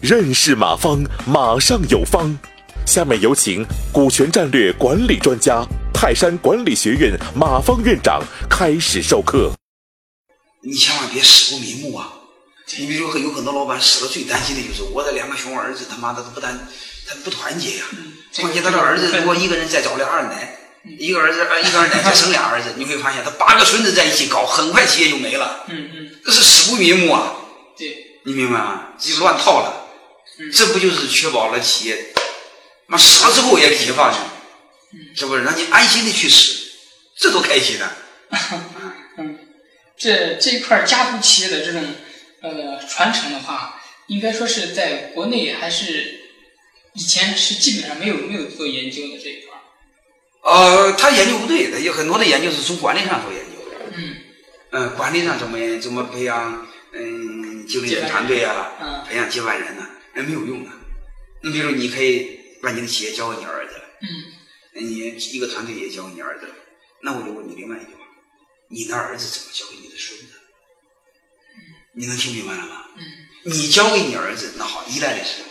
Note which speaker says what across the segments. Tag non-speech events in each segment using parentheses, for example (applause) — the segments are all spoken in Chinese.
Speaker 1: 认识马方，马上有方。下面有请股权战略管理专家、泰山管理学院马方院长开始授课。
Speaker 2: 你千万别死不瞑目啊！你比如说，有很多老板死了最担心的就是我的两个熊儿子，他妈的都不担，他不团结呀、况且他这儿子如果一个人再找俩二奶，一个儿子呃一个二奶再生俩儿子，你会发现他八个孙子在一起搞，很快企业就没了。
Speaker 3: 嗯嗯，
Speaker 2: 这是死不瞑目啊！
Speaker 3: 对，
Speaker 2: 你明白吗？这乱套了，这不就是确保了企业，妈死了之后也给你放生，是不是？让你安心的去死，这多开心啊！
Speaker 3: 这这一块儿家族企业的这种呃传承的话，应该说是在国内还是以前是基本上没有没有做研究的这一块儿。
Speaker 2: 呃，他研究不对的，有很多的研究是从管理上做研究的。
Speaker 3: 嗯
Speaker 2: 嗯，管理上怎么也怎么培养，嗯，经理人团队啊，
Speaker 3: 嗯
Speaker 2: 培养接班人呢、那没有用的。你比如你可以把你的企业交给你儿子了，
Speaker 3: 嗯
Speaker 2: 你一个团队也交给你儿子了，那我就问你另外一句话：你的儿子怎么交给你的孙子？你能听明白了吗？
Speaker 3: 嗯，
Speaker 2: 你交给你儿子，那好，依赖的是什么？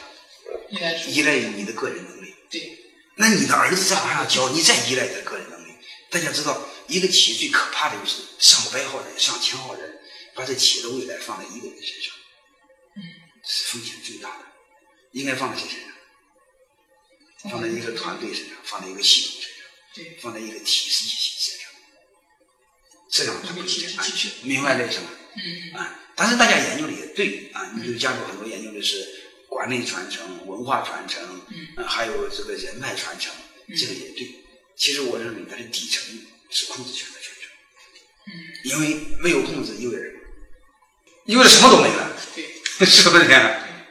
Speaker 3: 应该是
Speaker 2: 依赖于你的个人能力。
Speaker 3: 对，
Speaker 2: 那你的儿子再往上教，你再依赖你的个人能力。大家知道，一个企业最可怕的就是上百号人、上千号人，把这企业的未来放在一个人身上，
Speaker 3: 嗯，
Speaker 2: 这是风险最大的。应该放在谁身上？放在一个团队身上，放在一个系统身上，
Speaker 3: 对，
Speaker 2: 放在一个体系身上，这样才会
Speaker 3: 一个体系
Speaker 2: 安
Speaker 3: 体
Speaker 2: 全
Speaker 3: 系。
Speaker 2: 明白这个什么？
Speaker 3: 嗯
Speaker 2: 啊，但是大家研究的也对啊，你就加入很多研究的是管理传承、文化传承，
Speaker 3: 嗯
Speaker 2: 呃还有这个人脉传承，
Speaker 3: 嗯
Speaker 2: 这个也对。其实我认为它的底层是控制权的传承，
Speaker 3: 嗯，
Speaker 2: 因为没有控制意味着什么意味着什么都没了，
Speaker 3: 对，
Speaker 2: (laughs) 是不是？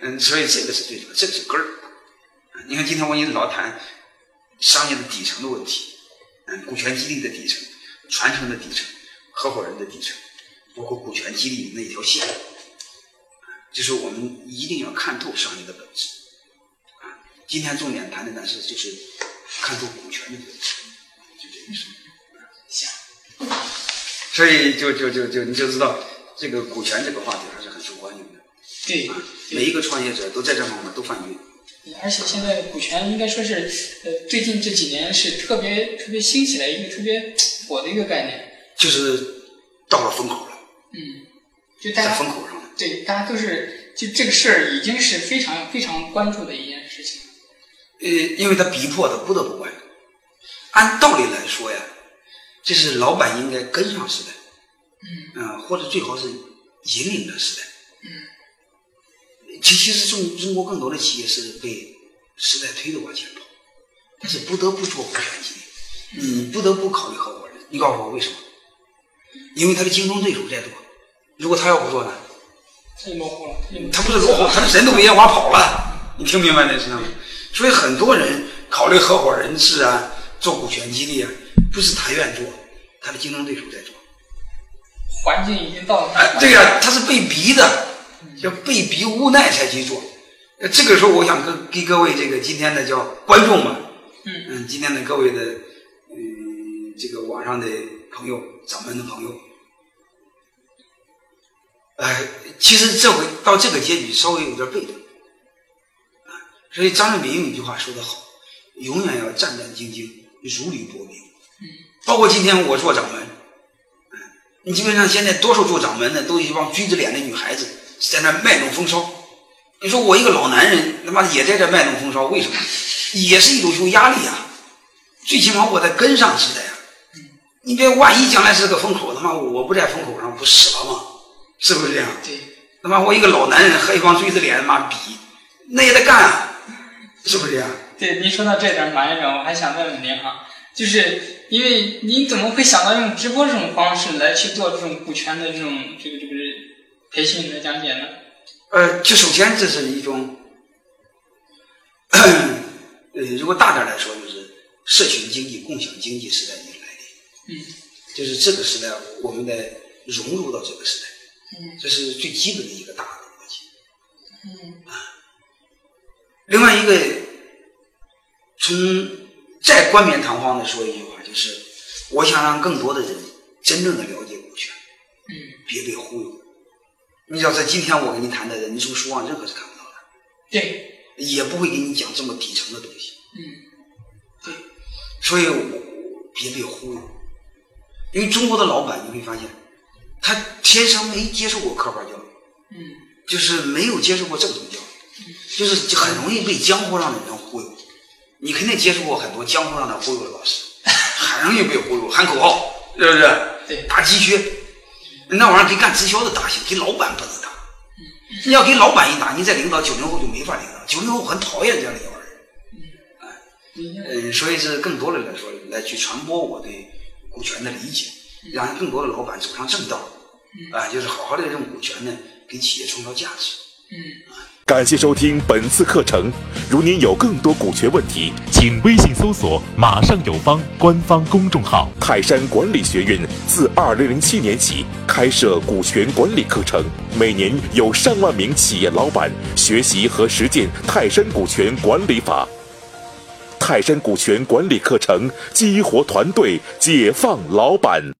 Speaker 2: 嗯，所以这个是最重要，这个是根儿。啊你看，今天我们老谈商业的底层的问题，嗯，股权激励的底层、传承的底层、合伙人的底层，包括股权激励的那一条线，啊就是我们一定要看透商业的本质。啊，今天重点谈的呢是就是看透股权的本质，就这个事。
Speaker 3: 行，
Speaker 2: 所以就就就就你就知道这个股权这个话题还是很受欢迎的。
Speaker 3: 对
Speaker 2: 每一个创业者都在这方面都犯规。
Speaker 3: 对，而且现在股权应该说是呃最近这几年是特别特别兴起来一个特别火的一个概念。
Speaker 2: 就是到了风口了，
Speaker 3: 嗯，就大
Speaker 2: 在
Speaker 3: 家
Speaker 2: 风口上了。
Speaker 3: 对，大家都是就这个事儿已经是非常非常关注的一件事情。
Speaker 2: 呃，因为他逼迫的不得不关注。按道理来说呀，这是老板应该跟上时代，
Speaker 3: 嗯
Speaker 2: 嗯、或者最好是引领着时代。
Speaker 3: 嗯
Speaker 2: 其其实中中国更多的企业是被时代推着往前跑，但是不得不做股权激励，你嗯不得不考虑合伙人。你告诉我为什么？因为他的竞争对手在做，如果他要不做呢？，
Speaker 3: 太模糊了，太模糊了
Speaker 2: 他不是落后，他是人都被烟花跑了。你听明白这事吗？所以很多人考虑合伙人制啊，做股权激励啊，不是他愿做，他的竞争对手在做。
Speaker 3: 环境已经到了。
Speaker 2: 哎，对呀、他是被逼的，要被逼无奈才去做。呃这个时候，我想跟给各位这个今天的叫观众们，
Speaker 3: 嗯
Speaker 2: 嗯，今天的各位的，嗯，这个网上的朋友，咱们的朋友，哎，其实这回到这个结局稍微有点被动，啊，所以张瑞敏有一句话说得好，永远要战战兢兢，如履薄冰。包括今天我做掌门，啊你基本上现在多数做掌门的都一帮锥子脸的女孩子在那卖弄风骚。你说我一个老男人，他妈的也在这卖弄风骚，为什么？也是一种有压力啊。最起码我得跟上时代啊。你别万一将来是个风口，他妈我不在风口上不死了吗？是不是这样？
Speaker 3: 对，
Speaker 2: 他妈我一个老男人和一帮锥子脸他妈比，那也得干啊，是不是这样？
Speaker 3: 对，您说到这点儿，马院长，我还想问问您哈，就是因为您怎么会想到用直播这种方式来去做这种股权的这种这个这个培训的讲解呢？
Speaker 2: 呃，这首先这是一种，呃，如果大点来说，就是社群经济、共享经济时代已经来临，
Speaker 3: 嗯
Speaker 2: 就是这个时代我们得融入到这个时代，
Speaker 3: 嗯
Speaker 2: 这是最基本的一个大的逻辑。
Speaker 3: 嗯
Speaker 2: 另外一个，从再冠冕堂皇的说一句话，就是我想让更多的人真正的了解股权，
Speaker 3: 嗯嗯，
Speaker 2: 别被忽悠。你要在今天我跟你谈的人，你从书上任何是看不到的，
Speaker 3: 对，
Speaker 2: 也不会给你讲这么底层的东西。
Speaker 3: 嗯
Speaker 2: 所以我别被忽悠，因为中国的老板你会发现，他天生没接受过科班教育，
Speaker 3: 嗯
Speaker 2: 就是没有接受过正统教育，就是很容易被江湖上的人忽悠。你肯定接触过很多江湖上的忽悠的老师，很容易被忽悠，喊口号，是不是？
Speaker 3: 对
Speaker 2: 打鸡血，那玩意儿给干直销的打行，给老板不能打。你要给老板一打，你再领导九零后就没法领导，九零后很讨厌这样的一帮人。
Speaker 3: 你看，
Speaker 2: 嗯，所以是更多的来说，来去传播我对股权的理解，让更多的老板走上正道，啊，就是好好的用股权呢，给企业创造价值。
Speaker 3: 嗯，
Speaker 1: 感谢收听本次课程。如您有更多股权问题，
Speaker 4: 请微信搜索“马上有方”官方公众号。
Speaker 1: 泰山管理学院自二零零七年起开设股权管理课程，每年有上万名企业老板学习和实践泰山股权管理法。泰山股权管理课程激活团队，解放老板。